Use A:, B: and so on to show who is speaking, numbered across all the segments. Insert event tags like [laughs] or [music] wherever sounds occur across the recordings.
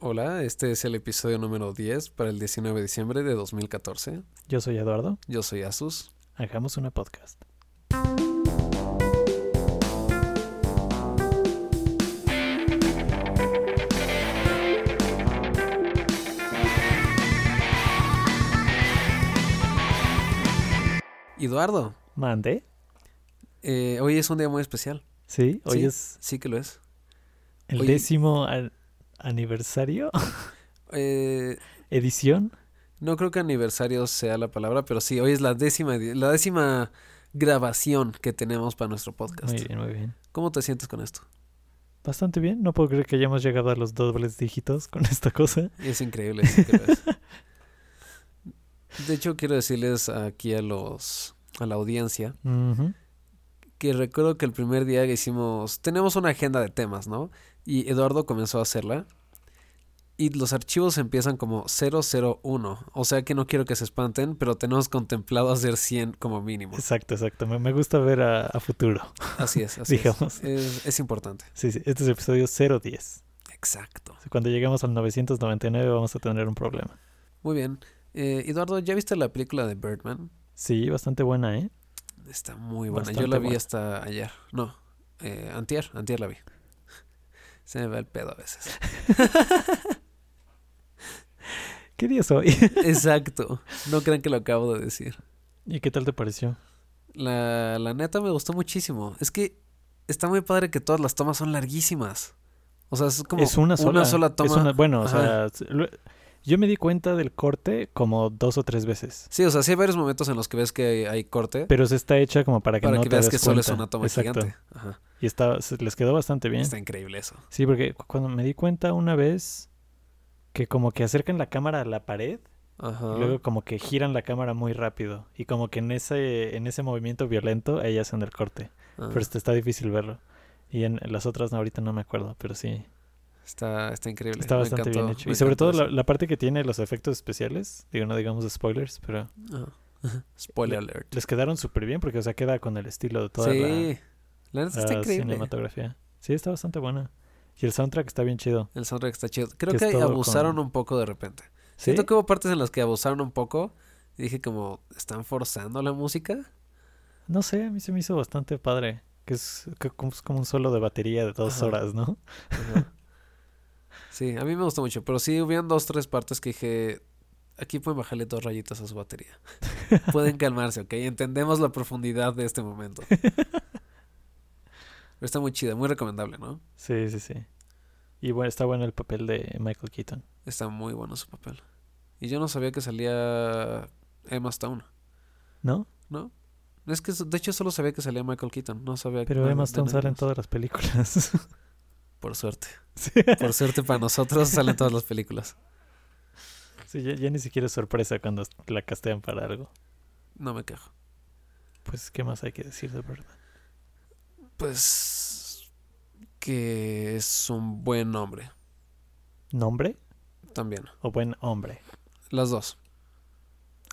A: Hola, este es el episodio número 10 para el 19 de diciembre de 2014.
B: Yo soy Eduardo.
A: Yo soy Asus.
B: Hagamos una podcast.
A: Eduardo,
B: Mande.
A: eh, hoy es un día muy especial.
B: Sí, hoy
A: Sí.
B: es
A: Sí que lo es.
B: el
A: Oye.
B: décimo a- aniversario, [laughs]
A: Eh,
B: edición.
A: no creo que aniversario sea la palabra, pero sí, hoy es la décima, edi- la décima grabación que tenemos para nuestro podcast.
B: Muy bien, muy bien.
A: ¿Cómo te sientes con esto?
B: Bastante bien. No puedo creer que hayamos llegado a los dobles dígitos con [laughs] esta cosa.
A: Es increíble. sí que lo
B: [laughs]
A: es. De hecho, quiero decirles aquí a los a la audiencia
B: Ujú.
A: que recuerdo que el primer día que hicimos, tenemos una agenda de temas, ¿no? Y Eduardo comenzó a hacerla. Y los archivos empiezan como 001. O sea que no quiero que se espanten, pero tenemos contemplado hacer 100 como
B: [laughs]
A: mínimo.
B: Exacto, exacto. Me, me gusta ver a, a futuro.
A: Así es, así
B: Digamos.
A: es. es. Es importante.
B: Sí, sí. Este es el episodio 010.
A: Exacto.
B: O sea, Cuando lleguemos al 999 vamos a tener un problema.
A: Muy bien. Eh, Eduardo, ¿ya viste la película de Birdman?
B: Sí, bastante buena, ¿eh?
A: Está muy buena. Yo
B: Bastante
A: la vi
B: buena.
A: hasta ayer. No, eh, antier, antier la vi. Se me va el pedo a
B: [laughs]
A: veces.
B: ¿Qué día es hoy? [laughs]
A: Exacto. No crean que lo acabo de decir.
B: ¿Y qué tal te pareció?
A: La, la neta me gustó muchísimo. Es que está muy padre que todas las tomas son larguísimas. O sea, es como
B: es una sola,
A: toma.
B: es una- bueno, o
A: Ajá.
B: sea, s- lo- yo me di cuenta del corte como dos o tres veces.
A: Sí, o sea, sí hay varios momentos en los que ves que hay, hay corte.
B: Pero se está hecha como para que
A: para
B: no
A: que
B: te
A: veas
B: des
A: que solo es
B: cuenta.
A: una toma
B: Exacto.
A: gigante. Ajá.
B: Y está, se- les quedó bastante bien.
A: Está increíble eso.
B: Sí, porque cu- cuando me di cuenta una vez que como que acercan la cámara a la pared
A: Ajá.
B: y luego como que giran la cámara muy rápido y como que en ese en ese movimiento violento ahí hacen el corte.
A: Ah,
B: Pero este está difícil verlo. Y en en las otras no, ahorita no me acuerdo, pero sí.
A: está, está increíble.
B: Está
A: Me
B: bastante bien
A: encantó,
B: hecho.
A: me
B: Y sobre
A: encantó
B: todo la, la parte que tiene los efectos especiales, digo, no digamos spoilers, pero
A: eso. Ajá. Ajá. [laughs] Spoiler alert.
B: les quedaron súper bien porque, o sea, queda con el estilo de toda la-
A: sí. La, neta está
B: la
A: increíble.
B: cinematografía. Sí, está bastante buena. Y el soundtrack está bien chido.
A: El soundtrack está chido. Creo
B: Que es
A: que,
B: todo
A: abusaron
B: con-
A: un poco de repente.
B: ¿Sí?
A: Siento que hubo partes en las que abusaron un poco. Y dije como, ¿están forzando la música?
B: No sé, a mí se me hizo bastante padre. Que es, que como- es como un solo de batería de dos
A: Ajá.
B: horas, ¿no? [laughs]
A: Ajá. sí, a mí me gustó mucho. Pero sí, hubieron dos, tres partes que dije, aquí pueden bajarle dos rayitas a su
B: [laughs]
A: batería. pueden calmarse, ¿ok? Entendemos la profundidad de este
B: [laughs]
A: momento. Pero está muy chida, muy recomendable, ¿no?
B: Sí, sí, sí. Y bueno, está bueno el papel de Michael Keaton.
A: Está muy bueno su papel. Y yo no sabía que salía Emma Stone.
B: ¿No?
A: ¿No? Es que de hecho solo sabía que salía Michael Keaton, no sabía que
B: Pero
A: no-
B: Emma
A: de
B: Stone
A: nadie
B: sale en
A: más.
B: todas las películas. [laughs]
A: Por suerte.
B: sí,
A: Por suerte para nosotros salen todas las películas.
B: Sí, ya, ya ni siquiera es sorpresa cuando la castean para algo.
A: No me quejo.
B: Pues, ¿qué más hay que decir de verdad?
A: Pues que es un buen hombre
B: ¿Nombre
A: también.
B: o buen hombre?
A: Las dos.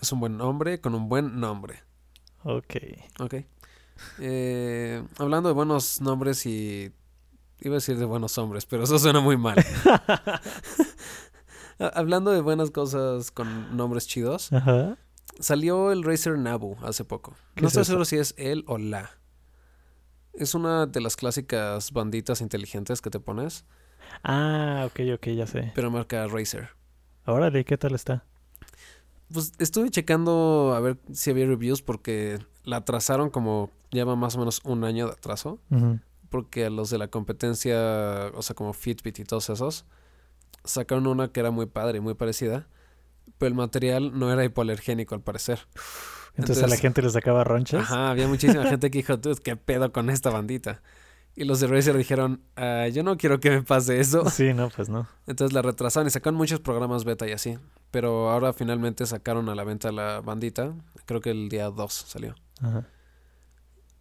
A: Es un buen hombre con un buen nombre.
B: Ok.
A: Ok. Eh, hablando de buenos nombres y... Iba a decir de buenos hombres, pero eso suena muy
B: [laughs]
A: mal. Ha- hablando de buenas cosas con nombres chidos.
B: Ajá.
A: Salió el Razer Nabu hace poco.
B: ¿Qué
A: No
B: es
A: estoy
B: eso?
A: seguro si es él o la. Es una de las clásicas banditas inteligentes que te pones,
B: Ah, ok, ok, ya sé.
A: pero marca Razer.
B: Órale, ¿qué tal está?
A: Pues estuve checando a ver si había reviews porque la atrasaron como lleva más o menos un año de atraso.
B: Ujú.
A: Porque a los de la competencia, o sea, como Fitbit y todos esos, sacaron una que era muy padre y muy parecida. Pero el material no era hipoalergénico al parecer.
B: Entonces a la
A: Entonces-
B: gente le sacaba ronchas.
A: Ajá, había muchísima gente que dijo, "Dude, ¿qué pedo con esta bandita? Y los de Razer dijeron, "Ah, yo no quiero que me pase eso.
B: Sí, no, pues no.
A: Entonces la retrasaron y sacaron muchos programas beta y así. Pero ahora finalmente sacaron a la venta la bandita. Creo que el día 2 salió.
B: Ajá.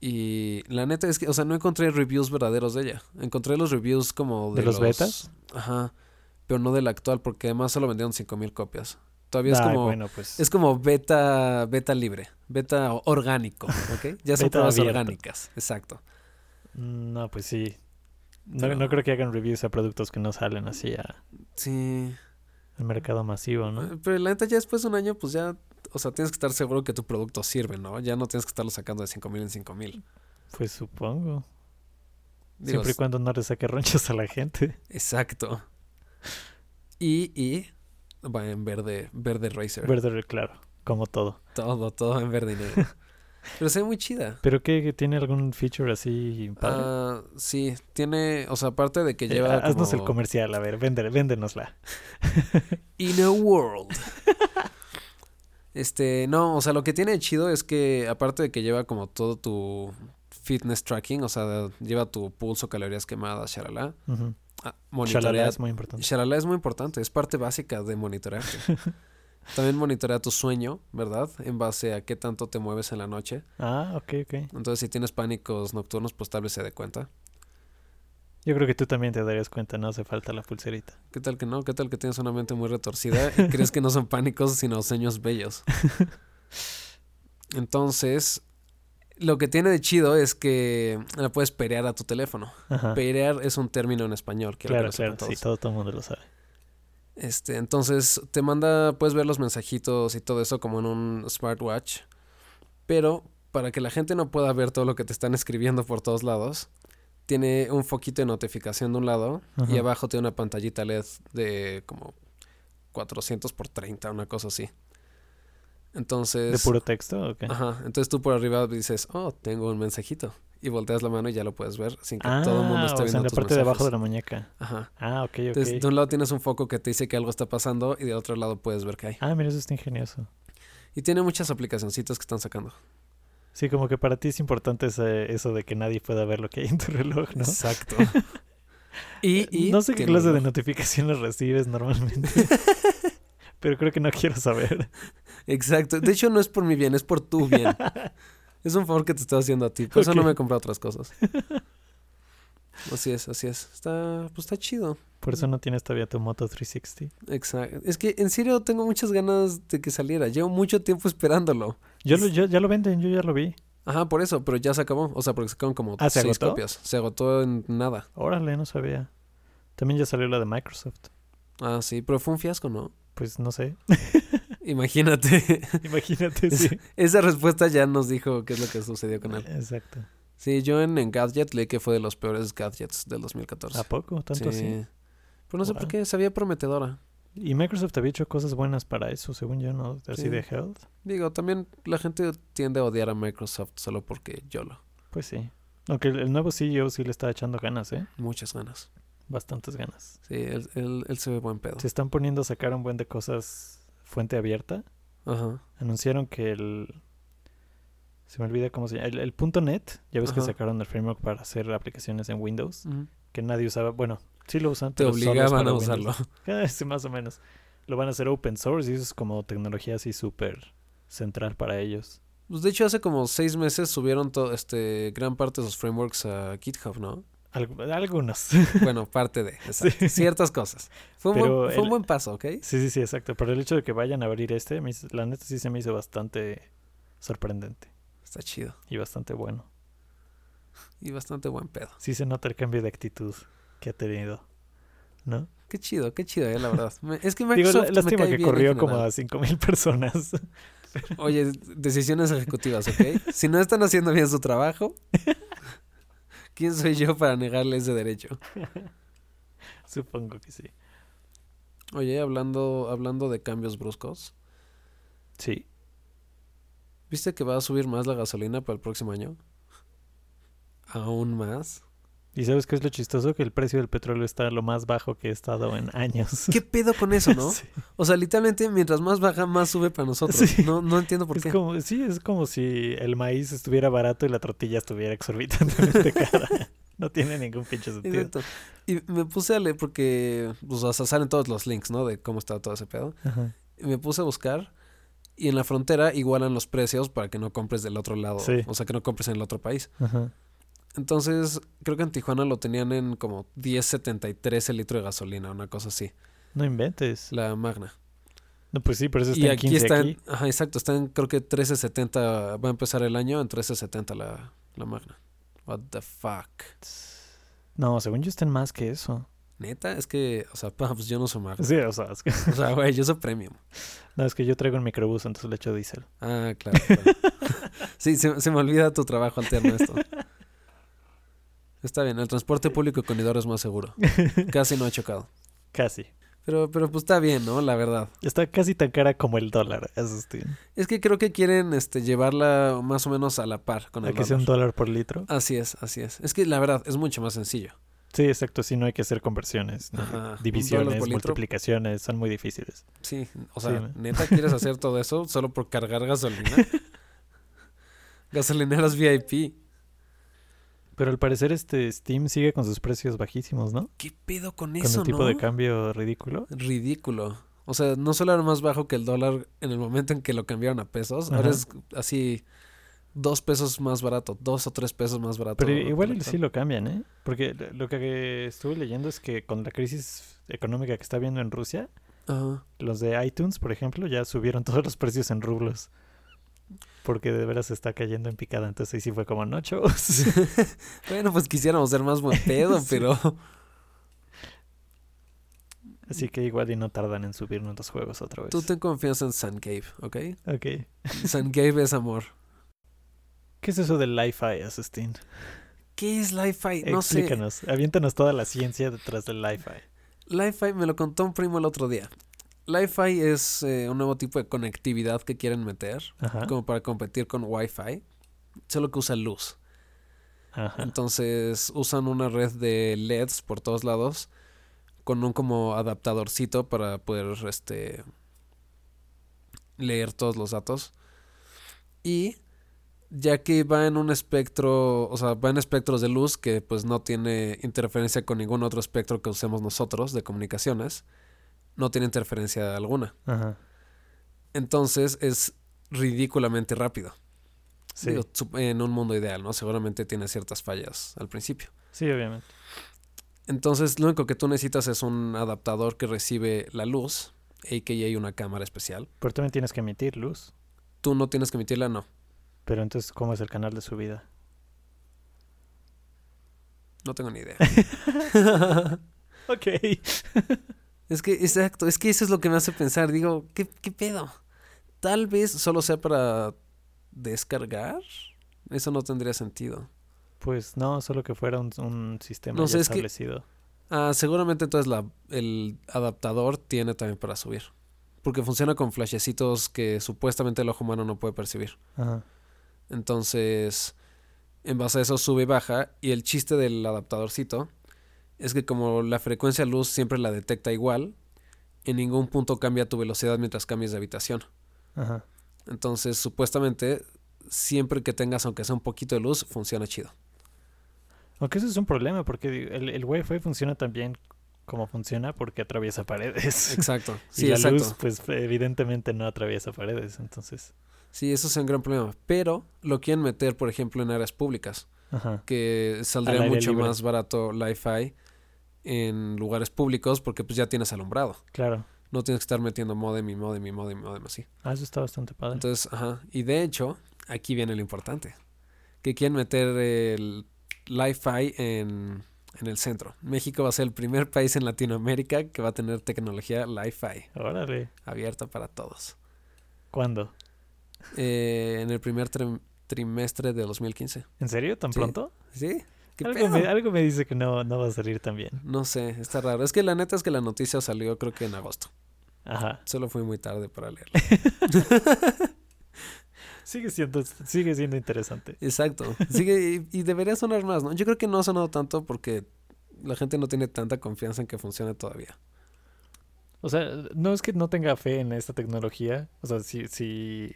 A: Y la neta es que, o sea, no encontré reviews verdaderos de ella. Encontré los reviews como de,
B: ¿De los betas?
A: Ajá. Pero no de la actual, porque además solo vendieron 5000 copias. Todavía es
B: Ay,
A: como.
B: bueno, pues.
A: Es como beta, beta libre, beta orgánico, ¿ok? Ya son
B: Beta
A: pruebas
B: abierto.
A: orgánicas, exacto.
B: No, pues sí. No,
A: Pero-
B: no creo que hagan reviews a productos que no salen así a-
A: Sí.
B: al mercado masivo, ¿no?
A: Eh, Pero la neta, ya después de un año, pues ya. O sea, tienes que estar seguro que tu producto sirve, ¿no? Ya no tienes que estarlo sacando de 5000 en 5000.
B: Pues supongo.
A: Digo,
B: Siempre y cuando no le saque ronchas a la gente.
A: Exacto. Y, y. Va en verde, verde Racer.
B: Verde, claro, como todo.
A: Todo, todo en verde y
B: [laughs]
A: negro. Pero se ve muy chida.
B: ¿Pero qué? ¿Tiene algún feature así padre?
A: Ah, sí, tiene. O sea, aparte de que
B: Eh,
A: lleva.
B: haznos el
A: como-
B: comercial, a ver, véndele- véndenosla.
A: In a World. [laughs] Este, no, o sea, lo que tiene de chido es que aparte de que lleva como todo tu fitness tracking, o sea, lleva tu pulso, calorías quemadas, shalala,
B: Ujú.
A: ah,
B: Shalala
A: monitorea.
B: es muy importante.
A: Shalala es muy importante, es parte básica de
B: [laughs]
A: monitorearte. También monitorea tu sueño, ¿verdad? En base a qué tanto te mueves en la noche.
B: Ah, ok, ok.
A: Entonces, si tienes pánicos nocturnos, pues tal vez se dé cuenta.
B: Yo creo que tú también te darías cuenta, no hace falta la pulserita.
A: ¿Qué tal que no? ¿Qué tal que tienes una mente muy retorcida
B: [laughs]
A: y crees que no son pánicos, sino sueños bellos? Entonces, lo que tiene de chido es que la puedes perear a tu teléfono.
B: Ajá.
A: Perear es un término en español, quiero que
B: Ah. Claro,
A: lo sepan
B: claro, sí,
A: todos.
B: todo, todo el mundo lo sabe.
A: Este, entonces te manda, puedes ver los mensajitos y todo eso como en un smartwatch. Pero para que la gente no pueda ver todo lo que te están escribiendo por todos lados, tiene un foquito de notificación de un lado y
B: Ajá.
A: abajo tiene una pantallita LED de como 400 por 30, una cosa así. Entonces,
B: ¿De puro texto o qué?
A: ajá, entonces tú por arriba dices, "Oh, tengo un mensajito." Y volteas la mano y ya lo puedes ver sin que
B: Ah,
A: todo el mundo esté
B: o sea,
A: viendo
B: en la
A: tus
B: parte de abajo de
A: mensajes.
B: la muñeca.
A: Ajá.
B: Ah, ok, ok.
A: Entonces, de un lado tienes un foco que te dice que algo está pasando y del otro lado puedes ver qué hay.
B: Ah, mira, eso está ingenioso.
A: Y tiene muchas aplicacioncitas que están sacando.
B: Sí, como que para ti es importante ese- eso de que nadie pueda ver lo que hay en tu reloj, ¿no? [laughs] Eh,
A: Exacto. y, y
B: no sé qué
A: tiene
B: clase de
A: reloj.
B: notificaciones recibes
A: [laughs]
B: normalmente. pero creo que no quiero saber.
A: Exacto. De hecho, no es por mi bien, es por tu
B: [laughs]
A: bien. es un favor que te estoy haciendo a ti. Por eso no
B: Ok.
A: me he comprado otras cosas. Así es, así es. Está, pues está chido.
B: Por
A: Mm.
B: eso no tienes todavía tu moto 360.
A: Exacto. Es que en serio tengo muchas ganas de que saliera. Llevo mucho tiempo esperándolo.
B: Yo lo, yo- ya lo venden, yo ya lo vi.
A: Ajá, por eso, pero ya se acabó. O sea, porque sacaron como
B: Ah, ¿se
A: seis
B: agotó?
A: copias. Se agotó en nada.
B: Órale, no sabía. También ya salió la de Microsoft.
A: Ah, sí, pero fue un fiasco, ¿no?
B: Pues no
A: [laughs]
B: sé.
A: Imagínate.
B: Imagínate, [laughs] sí.
A: [laughs] Esa respuesta ya nos dijo qué es lo que sucedió con él.
B: Exacto.
A: Sí, yo en, en Gadget leí que fue de los peores gadgets del 2014.
B: ¿A poco? ¿Tanto
A: Sí.
B: así?
A: Pero Pues no sé por
B: Wow.
A: qué, se veía prometedora.
B: Y Microsoft había hecho cosas buenas para eso, según yo, ¿no? Así
A: Sí.
B: de health.
A: Digo, también la gente tiende a odiar a Microsoft solo porque yo lo.
B: Pues sí. Aunque el, el nuevo CEO sí le está echando ganas, ¿eh?
A: Muchas ganas.
B: Bastantes ganas.
A: Sí, él, él- él se ve buen pedo.
B: Se están poniendo a sacar un buen de cosas fuente abierta.
A: Ajá.
B: Anunciaron que el... Se me olvida cómo se llama. El, el punto .NET. Ya ves que
A: Ajá.
B: sacaron el framework para hacer aplicaciones en Windows.
A: Ujú.
B: Que nadie usaba. Bueno, sí lo usan,
A: Te
B: pero solo es
A: obligaban
B: para
A: a
B: Windows.
A: usarlo.
B: [laughs] Ah, sí, más o menos. Lo van a hacer open source y eso es como tecnología así súper central para ellos.
A: Pues de hecho, hace como seis meses subieron todo, este, gran parte de sus frameworks a GitHub,
B: [laughs]
A: ¿no?
B: Alg- algunos. [laughs]
A: Bueno, parte de, exacto.
B: Sí.
A: Ciertas cosas. Fue un,
B: Pero
A: buen, fue un
B: el-
A: buen paso, ¿ok?
B: Sí, sí, sí, exacto. Pero el hecho de que vayan a abrir este, me hizo- la neta sí se me hizo bastante sorprendente
A: Está chido.
B: y bastante bueno.
A: Y bastante buen pedo.
B: Sí se nota el cambio de actitud que ha tenido, ¿no?
A: Qué chido, qué chido, eh, la verdad. Me- es que
B: Digo,
A: Microsoft
B: lá-
A: me
B: lástima
A: cae
B: que
A: bien en
B: corrió como
A: general.
B: a 5.000 [laughs] personas.
A: Oye, decisiones ejecutivas, ¿ok? si no están haciendo bien su trabajo, ¿quién soy yo para negarle ese derecho?
B: Supongo que sí.
A: Oye, hablando, hablando de cambios bruscos,
B: Sí.
A: ¿viste que va a subir más la gasolina para el próximo año? Aún más.
B: ¿Y sabes qué es lo chistoso? Que el precio del petróleo está lo más bajo que he estado en años.
A: ¿Qué pedo con eso, no?
B: [laughs] Sí.
A: O sea, literalmente, mientras más baja, más sube para nosotros.
B: Sí.
A: No, no entiendo por
B: Es
A: qué.
B: como, sí, es como si el maíz estuviera barato y la tortilla estuviera exorbitantemente [laughs] cara. No tiene ningún pinche sentido.
A: Exacto. Y me puse a leer porque, pues, o sea, salen todos los links, ¿no? De cómo está todo ese pedo.
B: Ajá.
A: Y me puse a buscar y en la frontera igualan los precios para que no compres del otro lado.
B: Sí.
A: O sea, que no compres en el otro país.
B: Ajá.
A: Entonces, creo que en Tijuana lo tenían en como 10.73 el litro de gasolina, una cosa así.
B: No inventes.
A: La Magna.
B: No, pues sí, por eso está
A: y
B: en 15
A: está en-
B: aquí.
A: Ajá, exacto. Está en, creo que 13.70. Va a empezar el año en 13.70 la, la Magna. What the fuck.
B: No, según yo están más que eso.
A: Neta, es que, o sea, [laughs] pa, pues yo no soy mago.
B: Sí, o sea, es que,
A: O sea, güey, yo soy premium.
B: [laughs] no, es que yo traigo el microbús, entonces le echo diésel.
A: Ah, claro. claro. sí, se, se me olvida tu trabajo alterno esto. Está bien, el transporte público con inodoro es más seguro. Casi no ha chocado.
B: Casi.
A: Pero, pero pues está bien, ¿no? La verdad.
B: Está casi tan cara como el dólar, eso estoy-
A: Es que creo que quieren este, llevarla más o menos a la par con
B: A
A: el
B: que sea un
A: dólar.
B: dólar por litro.
A: Así es, así es. Es que la verdad es mucho más sencillo.
B: Sí, exacto, sí, no hay que hacer conversiones, ¿no?
A: Ajá, un dólar
B: divisiones,
A: por litro.
B: multiplicaciones, son muy difíciles.
A: Sí, o
B: Sí,
A: sea,
B: ¿no?
A: neta, ¿quieres hacer todo eso solo por cargar
B: [laughs]
A: gasolina? Gasolineras VIP.
B: Pero al parecer este Steam sigue con sus precios bajísimos, ¿no?
A: ¿Qué pedo con
B: Con
A: eso,
B: un tipo
A: no?
B: de cambio ridículo.
A: Ridículo. O sea, no solo era más bajo que el dólar en el momento en que lo cambiaron a pesos, ahora
B: Ajá.
A: es así dos pesos más barato, dos o tres pesos más barato.
B: Pero igual y
A: Correcto.
B: sí lo cambian, ¿eh? Porque lo- lo que estuve leyendo es que con la crisis económica que está habiendo en Rusia,
A: Ajá. [laughs]
B: los de iTunes, por ejemplo, ya subieron [laughs] todos los precios en rublos. Porque de veras está cayendo en picada. Entonces ahí sí fue como, no, chavos. [laughs]
A: Bueno, pues quisiéramos ser más buen pedo,
B: Sí.
A: pero
B: Así que igual y no tardan en subirnos los juegos otra vez.
A: tú ten confianza en Sun Cave, ¿ok?
B: Ok.
A: Sun Cave es amor.
B: ¿Qué es eso del Li-Fi, Asustín?
A: ¿Qué es Li-Fi? No sé.
B: Explícanos. Aviéntanos toda la ciencia detrás del Li-Fi.
A: Li-Fi me lo contó un primo el otro día. Li-Fi es eh, un nuevo tipo de conectividad que quieren meter
B: Ajá.
A: como para competir con Wi-Fi, solo que usa luz.
B: Ajá.
A: Entonces usan una red de LEDs por todos lados con un como adaptadorcito para poder este leer todos los datos. Y ya que va en un espectro, o sea, va en espectros de luz que pues no tiene interferencia con ningún otro espectro que usemos nosotros de comunicaciones, no tiene interferencia alguna.
B: Ajá.
A: Entonces es ridículamente rápido.
B: Sí.
A: Digo, sup- en un mundo ideal, ¿no? Seguramente tiene ciertas fallas al principio.
B: Sí, obviamente.
A: Entonces, lo único que tú necesitas es un adaptador que recibe la luz, a.k.a. una cámara especial.
B: Pero también tienes que emitir luz.
A: Tú no tienes que emitirla, no.
B: Pero entonces, ¿cómo es el canal de subida?
A: No tengo ni idea.
B: Ok.
A: es que, exacto, es que eso es lo que me hace pensar. Digo, ¿qué, qué pedo? Tal vez solo sea para descargar. Eso no tendría sentido.
B: Pues no, solo que fuera un, un sistema
A: No
B: ya
A: sé, es que-
B: establecido.
A: Ah, seguramente entonces la, el adaptador tiene también para subir. Porque funciona con flashecitos que supuestamente el ojo humano no puede percibir.
B: Ajá.
A: Entonces, en base a eso sube y baja. Y el chiste del adaptadorcito es que como la frecuencia luz siempre la detecta igual, en ningún punto cambia tu velocidad mientras cambies de habitación.
B: Ajá.
A: Entonces, supuestamente, siempre que tengas, aunque sea un poquito de luz, funciona
B: [laughs]
A: chido.
B: Aunque eso es un problema porque digo, el, el Wi-Fi funciona también como funciona porque atraviesa paredes. [laughs]
A: [laughs] Exacto.
B: y
A: Sí,
B: la
A: exacto.
B: luz, pues evidentemente no atraviesa paredes. Entonces,
A: Sí, eso es un gran problema. Pero lo quieren meter, por ejemplo, en áreas públicas,
B: ajá.
A: que
B: Al
A: saldría
B: aire
A: mucho
B: libre.
A: más barato Li-Fi en lugares públicos porque pues ya tienes alumbrado.
B: Claro.
A: No tienes que estar metiendo modem y modem y modem y modem así.
B: Ah, eso está bastante padre.
A: Entonces, ajá. Y de hecho, aquí viene lo importante. Que quieren meter el Li-Fi en, en el centro. México va a ser el primer país en Latinoamérica que va a tener tecnología Li-Fi
B: Órale.
A: abierta para todos.
B: ¿Cuándo?
A: Eh, en el primer trim- trimestre de 2015.
B: ¿En serio? ¿Tan
A: Sí.
B: pronto?
A: ¿Sí? ¿Qué
B: Algo
A: pedo?
B: me, algo me dice que no, no va a salir tan bien.
A: No sé, está raro. Es que la neta es que la noticia salió creo que en agosto.
B: Ajá.
A: Solo fui muy tarde para leerla.
B: Sigue siendo, sigue siendo interesante.
A: Exacto. Sigue, y, y debería sonar más, ¿no? Yo creo que no ha sonado tanto porque la gente no tiene tanta confianza en que funcione todavía.
B: O sea, no es que no tenga fe en esta tecnología. O sea, si, si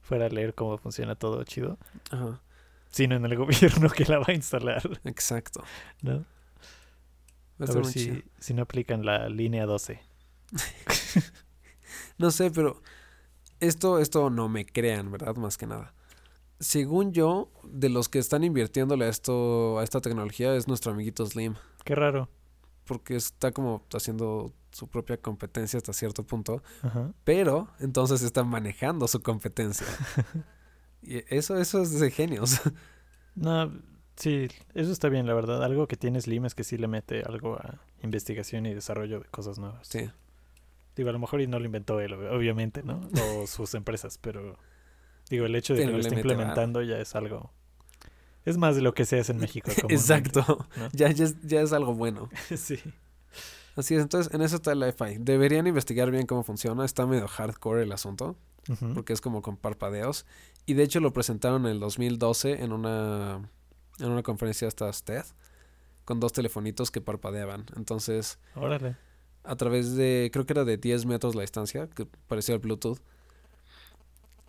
B: fuera a leer cómo funciona todo chido.
A: Ajá,
B: Sino en el [laughs] gobierno que la va a instalar,
A: exacto.
B: ¿no?
A: Va a
B: a
A: estar
B: ver
A: muy chido.
B: si, si no aplican la línea 12.
A: No sé, pero esto, esto no me crean, ¿verdad? Más que nada. Según yo, de los que están invirtiéndole a esto, a esta tecnología, es nuestro amiguito Slim.
B: Qué raro.
A: Porque está como haciendo su propia competencia hasta cierto punto.
B: Ajá.
A: Pero entonces están manejando
B: [laughs]
A: su competencia. y eso, eso es de genios.
B: No, Sí, eso está bien, la verdad. Algo que tiene Slim es que sí le mete algo a investigación y desarrollo de cosas nuevas.
A: Sí.
B: Digo, a lo mejor y no lo inventó él, ob-
A: [laughs]
B: obviamente, ¿no? O sus empresas, pero digo, el hecho de
A: Pero
B: que lo
A: le
B: esté
A: mete varo.
B: implementando ya es algo. Es más de lo que se hace
A: [laughs]
B: en México. comúnmente.
A: Exacto.
B: ¿no?
A: [laughs] Ya, ya, es, ya es algo bueno.
B: [laughs] sí.
A: Así es, entonces en eso está el Li-Fi. Deberían investigar bien cómo funciona. Está medio hardcore el asunto,
B: Ujú.
A: porque es como con parpadeos. Y de hecho lo presentaron en el 2012 en una, en una conferencia de estas TED, con dos telefonitos que parpadeaban. Entonces,
B: Órale.
A: a través de, creo que era de 10 metros la distancia, que parecía el Bluetooth,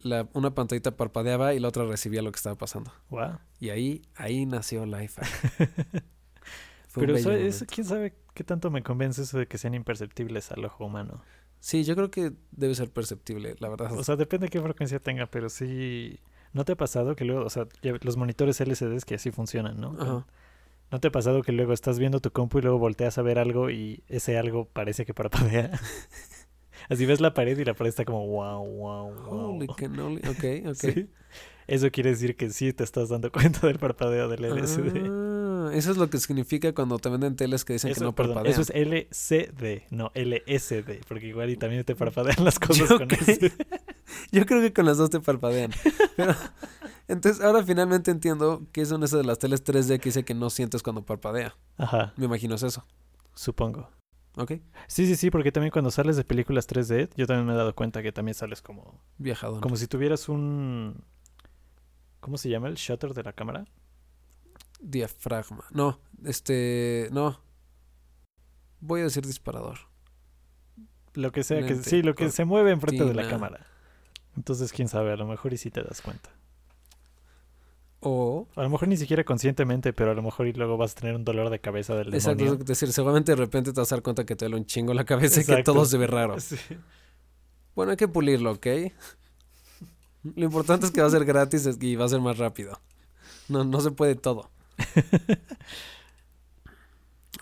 A: la, una pantallita parpadeaba y la otra recibía lo que estaba pasando.
B: Wow.
A: Y ahí, ahí nació Li-Fi.
B: [laughs]
A: Fue un
B: Pero
A: bello
B: eso,
A: momento.
B: eso, quién sabe qué tanto me convence eso de que sean imperceptibles al ojo humano.
A: Sí, yo creo que debe ser perceptible, la verdad.
B: O sea, depende de qué frecuencia tenga, pero sí. ¿No te ha pasado que luego, o sea, ya los monitores LCDs que así funcionan, ¿no?
A: Ajá.
B: ¿No te ha pasado que luego estás viendo tu compu y luego volteas a ver algo y ese algo parece que parpadea? [laughs] Así ves la pared y la pared está como wow, wow, wow.
A: "Ah, Holy cannoli. Ok, ok.
B: Oh. [laughs] Sí. Eso quiere decir que sí te estás dando cuenta del parpadeo del LCD.
A: Ah, eso es lo que significa cuando te venden teles que dicen
B: Eso,
A: que no
B: perdón,
A: parpadean.
B: eso es LCD, no LSD, porque igual y también te parpadean las cosas
A: Yo
B: con
A: creo-
B: eso.
A: Yo creo que con las dos te parpadean. Pero, entonces, ahora finalmente entiendo que son esas de las teles 3D que dice que no sientes cuando parpadea.
B: [laughs] Ajá,
A: Me imagino es eso.
B: supongo.
A: ¿Ok?
B: Sí, sí, sí, porque también cuando sales de películas 3D, yo también me he dado cuenta que también sales como
A: Viajado.
B: Como si tuvieras un. ¿Cómo se llama el shutter de la cámara?
A: Diafragma. No, este. No. Voy a decir disparador.
B: Lo que sea, que,
A: Lente,
B: sí, lo que se mueve enfrente de la
A: cortina.
B: cámara. Entonces, quién sabe, a lo mejor y si te das cuenta.
A: O.
B: A lo mejor ni siquiera conscientemente, pero a lo mejor y luego vas a tener un dolor de cabeza del
A: Exacto, es lo
B: demonio.
A: que te decir. Seguramente de repente te vas a dar cuenta que te duele un chingo la cabeza y que
B: Exacto.
A: todo se ve raro.
B: Sí.
A: Bueno, hay que pulirlo, ¿ok? Lo importante es que va a ser gratis y va a ser más rápido. No, no se puede todo.
B: [laughs]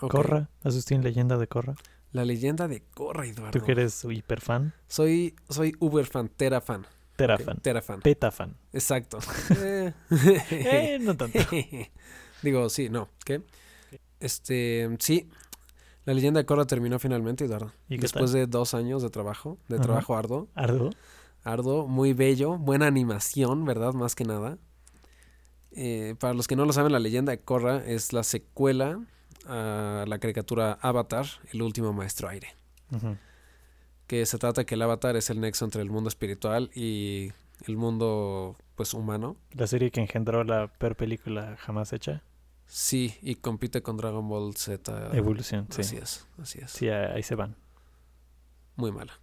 A: Ok,
B: Corra, Asustín, leyenda de Corra.
A: La leyenda de Corra, Eduardo.
B: Tú que eres hiper fan,
A: Soy, soy Uber fan, Tera fan. ok,
B: terafan,
A: Tera fan.
B: petafan. [laughs]
A: Exacto. [laughs] Eh.
B: Eh, no tanto.
A: [laughs] Digo, sí, no. ¿Qué? Este, sí. La leyenda de Corra terminó finalmente, Eduardo.
B: ¿Y qué
A: Después de dos años de trabajo, de
B: Ajá.
A: trabajo arduo.
B: Arduo.
A: Ardo, muy bello, buena animación, ¿verdad? Más que nada. Eh, para los que no lo saben, la leyenda de Korra es la secuela a la caricatura Avatar, el último maestro aire.
B: Ujú.
A: Que se trata que el Avatar es el nexo entre el mundo espiritual y el mundo, pues, humano.
B: La serie que engendró la peor película jamás hecha.
A: Sí, y compite con Dragon Ball Z.
B: Evolución, sí.
A: Así es, así es.
B: Sí, ahí se van.
A: Muy mala.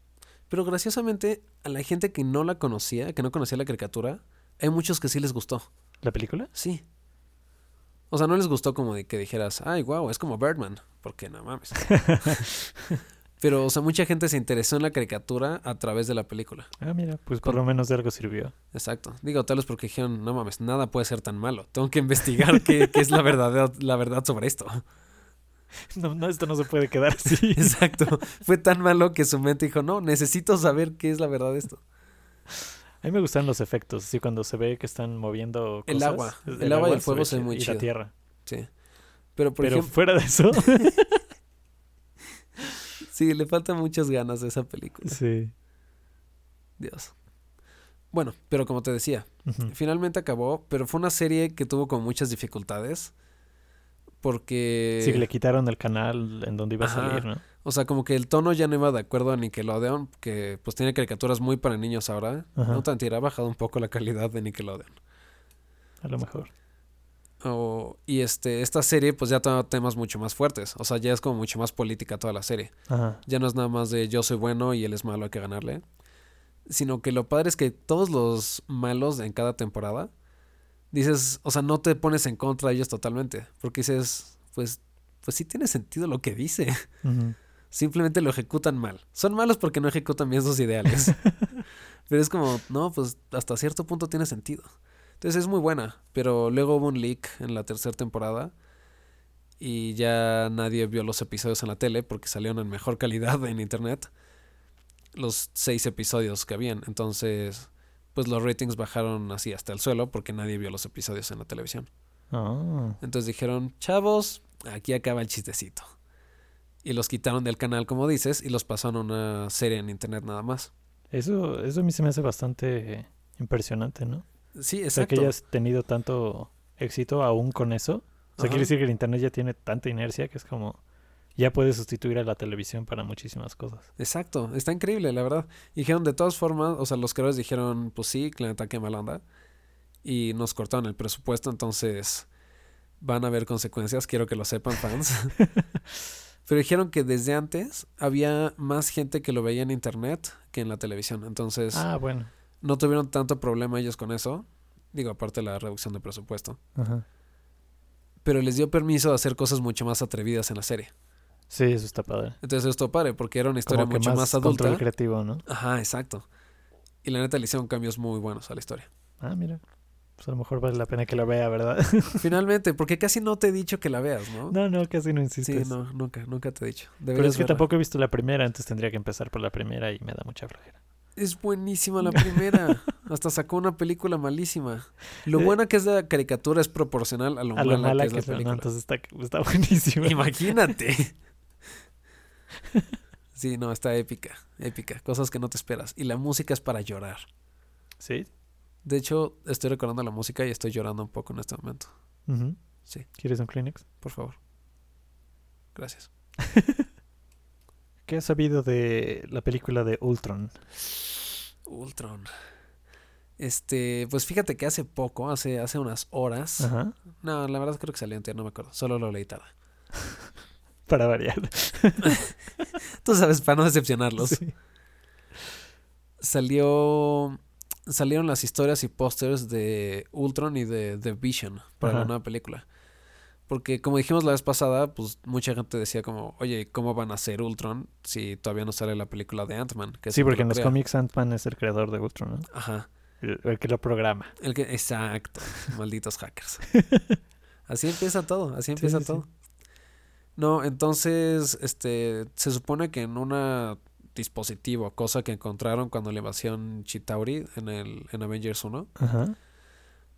A: Pero graciosamente, a la gente que no la conocía, que no conocía la caricatura, hay muchos que sí les gustó.
B: ¿La película?
A: Sí. O sea, no les gustó como de que dijeras, ay, wow, es como Birdman, porque no
B: [laughs]
A: mames. [laughs] Pero, o sea, mucha gente se interesó en la caricatura a través de la película.
B: Ah, mira, pues por lo menos de algo sirvió. [laughs]
A: Exacto. Digo, tal vez porque dijeron, no mames, nada puede ser tan malo. Tengo que investigar qué, qué es la verdad, la verdad sobre esto. [laughs]
B: No, no, esto no se puede quedar así.
A: Exacto. Fue tan malo que su mente dijo, no, necesito saber qué es la verdad de esto.
B: A mí me gustan los efectos, así cuando se ve que están moviendo
A: El
B: cosas,
A: agua. El agua y el
B: se
A: fuego
B: ve
A: se ven
B: chido,
A: muy
B: y
A: chido.
B: la tierra.
A: Sí. Pero, por
B: Pero
A: ejemplo,
B: fuera de
A: [laughs]
B: eso, [laughs]
A: sí, le faltan muchas ganas a esa película.
B: sí.
A: Dios. Bueno, pero como te decía,
B: Mm.
A: Finalmente acabó, pero fue una serie que tuvo con muchas dificultades. Porque.
B: Sí, le quitaron el canal en donde iba a
A: Eh, Ajá.
B: salir, ¿no?
A: O sea, como que el tono ya no iba de acuerdo a Nickelodeon, que pues tiene caricaturas muy para niños ahora.
B: Ajá.
A: No tan ha bajado un poco la calidad de Nickelodeon.
B: A lo mejor.
A: O- y este, esta serie, pues ya toma temas mucho más fuertes. O sea, ya es como mucho más política toda la serie.
B: Ajá.
A: Ya no es nada más de yo soy bueno y él es malo, hay que ganarle. Sino que lo padre es que todos los malos en cada temporada, dices, o sea, no te pones en contra de ellos totalmente. Porque dices, pues, pues sí tiene sentido lo que dice.
B: Ujú.
A: Simplemente lo ejecutan mal. Son malos porque no ejecutan bien sus ideales. pero es como, no, pues hasta cierto punto tiene sentido. Entonces es muy buena. Pero luego hubo un leak en la tercera temporada. Y ya nadie vio los episodios en la tele porque salieron en mejor calidad en internet. Los seis episodios que habían. Entonces, pues los ratings bajaron así hasta el suelo porque nadie vio los episodios en la televisión.
B: Oh.
A: Entonces dijeron, chavos, aquí acaba el chistecito. Y los quitaron del canal, como dices, y los pasaron a una serie en internet nada más.
B: Eso, eso a mí se me hace bastante impresionante, ¿no?
A: Sí,
B: O sea, que
A: exacto.
B: hayas tenido tanto éxito aún con eso. O sea,
A: Ajá.
B: quiere decir que el Internet ya tiene tanta inercia que es como... Ya puede sustituir a la televisión para muchísimas cosas.
A: Exacto, está increíble, la verdad. Dijeron, de todas formas, o sea, los creadores dijeron, pues sí, que ataque mala onda. Y nos cortaron el presupuesto, entonces van a haber consecuencias, quiero que lo sepan,
B: [laughs]
A: fans. Pero dijeron que desde antes había más gente que lo veía en internet que en la televisión. Entonces
B: Ah, bueno.
A: no tuvieron tanto problema ellos con eso. Digo, aparte de la reducción de presupuesto.
B: Ajá.
A: Pero les dio permiso de hacer cosas mucho más atrevidas en la serie.
B: Sí, eso está padre.
A: Entonces esto padre, porque era una historia
B: Como que
A: mucho más,
B: más
A: adulta.
B: control creativo, ¿no?
A: Ajá, exacto. Y la neta le hicieron cambios muy buenos a la historia. [laughs]
B: Ah, mira. Pues a lo mejor vale la pena que la vea, ¿verdad?
A: Finalmente, porque casi no te he dicho que la veas, ¿no?
B: no, no, casi no
A: sí,
B: insistes.
A: no, nunca, nunca te he dicho.
B: Pero es
A: Deberías
B: que
A: verla.
B: tampoco he visto la primera, antes tendría que empezar por la primera y me da mucha flojera.
A: Es buenísima la
B: [laughs]
A: primera. Hasta sacó una película malísima. Lo
B: Eh,
A: buena que es la caricatura es proporcional a lo,
B: A lo
A: mala,
B: mala
A: que es
B: que
A: la
B: es, no,
A: película.
B: entonces está, está [laughs] buenísima.
A: Imagínate.
B: [laughs]
A: sí, no, está épica, épica. Cosas que no te esperas. Y la música es para llorar.
B: Sí.
A: De hecho, estoy recordando la música y estoy llorando un poco en este momento.
B: Ujú.
A: Sí.
B: ¿Quieres un Kleenex?
A: Por favor. Gracias.
B: ¿Qué has sabido de la película de Ultron?
A: Ultron. Este, pues fíjate que hace poco, hace, hace unas horas.
B: Ajá.
A: No, la verdad creo que salió antier, no me acuerdo. Solo lo leí tarde.
B: [laughs] Para
A: [laughs]
B: variar.
A: Tú sabes, para no decepcionarlos.
B: Sí.
A: Salió. Salieron las historias y pósters de Ultron y de The Vision para la
B: Ajá.
A: nueva película. Porque como dijimos la vez pasada, pues mucha gente decía como, oye, ¿cómo van a hacer Ultron si todavía no sale la película de Ant-Man? Que es
B: Sí,
A: el que
B: porque
A: lo
B: en los
A: crea.
B: cómics Ant-Man es el creador de Ultron, ¿no?
A: Ajá.
B: El, el que lo programa.
A: El que, exacto, malditos
B: [laughs]
A: hackers. Así empieza todo, así
B: Sí,
A: empieza
B: sí, sí.
A: todo. No, entonces, este, se supone que en un dispositivo, cosa que encontraron cuando la invasión Chitauri en el en Avengers 1,
B: Ajá.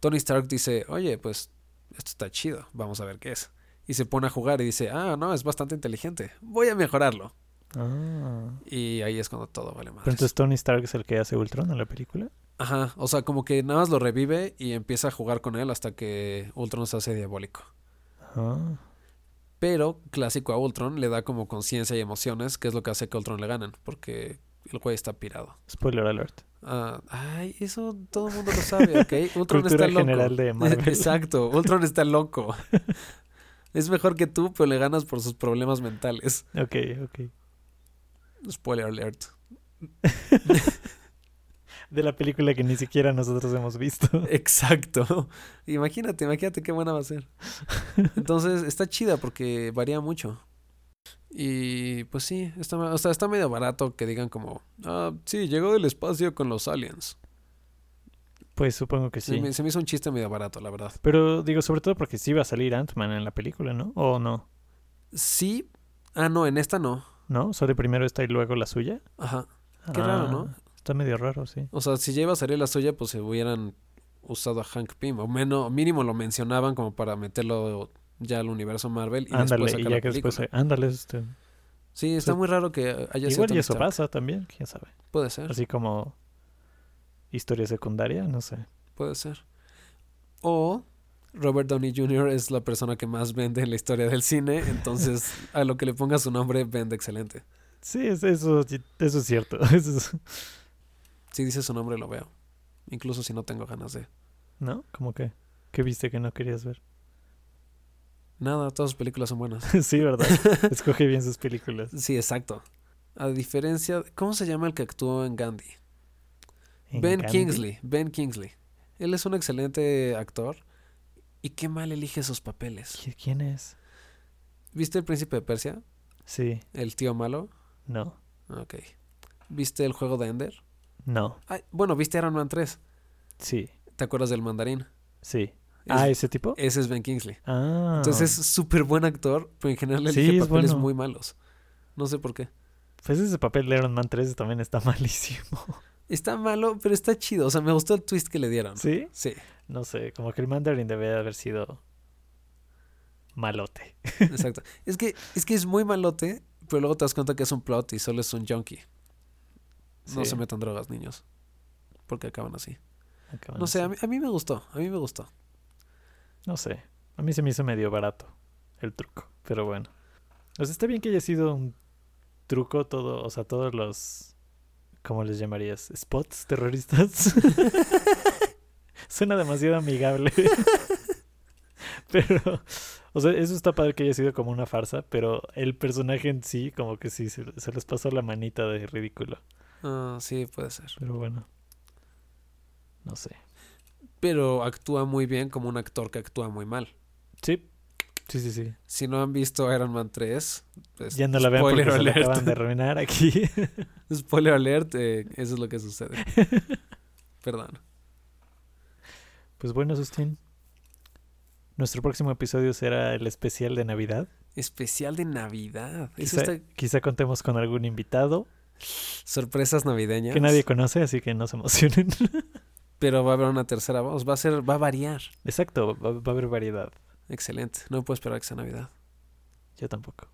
A: Tony Stark dice, oye, pues esto está chido, vamos a ver qué es. Y se pone a jugar y dice, ah, no, es bastante inteligente, voy a mejorarlo.
B: Ah.
A: Y ahí es cuando todo vale más.
B: Pero entonces Tony Stark es el que hace Ultron en la película.
A: Ajá, o sea, como que nada más lo revive y empieza a jugar con él hasta que Ultron se hace diabólico.
B: Ah.
A: Pero clásico a Ultron le da como conciencia y emociones, que es lo que hace que a Ultron le ganen, porque el güey está pirado.
B: Spoiler alert.
A: Ah, ay, eso todo el mundo lo sabe,
B: [laughs]
A: ¿ok? Ultron
B: Cultura
A: está loco.
B: general
A: [laughs]
B: de Marvel.
A: Exacto, Ultron está
B: [laughs]
A: loco. Es mejor que tú, pero le ganas por sus problemas mentales.
B: Ok, ok.
A: Spoiler alert.
B: De la película que ni siquiera nosotros hemos visto.
A: [laughs] Exacto. [laughs] Imagínate, imagínate qué buena va a ser. Entonces, está chida porque varía mucho. Y pues sí, está, ma- o sea, está medio barato que digan como, ah, sí, llegó del espacio con los aliens.
B: Pues supongo que
A: Se,
B: sí.
A: me, se me hizo un chiste medio barato, la verdad.
B: Pero digo, sobre todo porque sí va a salir Ant-Man en la película, ¿no? ¿O no?
A: Sí. Ah, no, en esta no.
B: ¿No? ¿Sale primero esta y luego la suya?
A: Ajá. Qué raro, ¿no?
B: Ah, Está medio raro, sí.
A: O sea, si ya iba a salir la suya, pues se hubieran usado a Hank Pym. O menos, mínimo lo mencionaban como para meterlo ya al universo Marvel y
B: ándale,
A: después
B: y
A: sacar
B: ya
A: la
B: que después...
A: película.
B: Ándale, este...
A: Sí, está muy raro que Pues haya sido
B: Igual y
A: Tony
B: eso
A: Stark.
B: pasa también, quién sabe.
A: Puede ser.
B: Así como historia secundaria, no sé.
A: Puede ser. O Robert Downey Jr. es la persona que más vende en la historia del cine, entonces a lo que le ponga su nombre vende excelente.
B: Sí, es- eso, eso es cierto. [laughs] Eso es-
A: Si dice su nombre lo veo, incluso si no tengo ganas de
B: ¿No? Como que... ¿Qué viste que no querías ver? [laughs]
A: nada, todas sus películas son buenas. [laughs]
B: sí, ¿verdad? Escoge bien sus películas.
A: Sí, exacto. A diferencia, ¿cómo se llama el que actuó en Gandhi?
B: En
A: ben
B: Gandhi.
A: Kingsley, Ben Kingsley. Él es un excelente actor y qué mal elige sus papeles.
B: ¿Qui- ¿Quién es?
A: ¿Viste El Príncipe de Persia?
B: Sí,
A: El tío malo.
B: no,
A: Ok. ¿Viste El Juego de Ender?
B: no,
A: Ay, bueno, ¿viste Iron Man 3?
B: sí,
A: ¿Te acuerdas del mandarín?
B: sí.
A: Es-
B: Ah, ¿ese tipo?
A: Ese es Ben Kingsley.
B: Ah.
A: Entonces es súper buen actor, pero en general
B: Sí,
A: elige
B: es
A: papeles
B: bueno.
A: muy malos. No sé por qué.
B: Pues ese papel de Iron Man 3 también está [laughs] malísimo.
A: Está malo, pero
B: [laughs]
A: está chido. O sea, me gustó el twist que le dieron.
B: ¿Sí?
A: Sí.
B: No sé, como que el Mandarin debe haber sido malote.
A: Exacto. Es que, es que es muy malote, pero luego te das cuenta que es un plot y solo es un junkie. No
B: Sí.
A: se metan drogas, niños. Porque acaban así.
B: Acaban
A: no sé,
B: así.
A: a mí, a mí me gustó. A mí me gustó.
B: No sé. A mí se me hizo medio barato el truco. Pero bueno. O sea, está bien que haya sido un truco todo. O sea, todos los. ¿Cómo les llamarías? ¿Spots terroristas? [laughs] Suena demasiado amigable. [laughs] pero. O sea, eso está padre que haya sido como una farsa. Pero el personaje en sí, como que sí, se, se les pasó la manita de ridículo.
A: Ah, sí, puede ser.
B: Pero bueno. No sé.
A: Pero actúa muy bien como un actor que actúa muy mal.
B: Sí. Sí, sí, sí.
A: Si no han visto Iron Man 3, pues,
B: Ya no la vean porque
A: spoiler
B: se la
A: alert.
B: acaban de
A: [laughs]
B: arruinar aquí.
A: Spoiler alert, eh, eso es lo que sucede. [laughs] Perdón.
B: Pues bueno, Sustín. Nuestro próximo episodio será el especial de Navidad.
A: Especial de Navidad. Eso
B: Quizá,
A: está-
B: quizá contemos con algún invitado
A: Sorpresas navideñas.
B: que nadie conoce, así que no se emocionen. [laughs]
A: Pero va a haber una tercera voz. Va a ser, va a variar.
B: Exacto, va, va a haber variedad.
A: Excelente. No puedo esperar que sea Navidad.
B: Yo tampoco.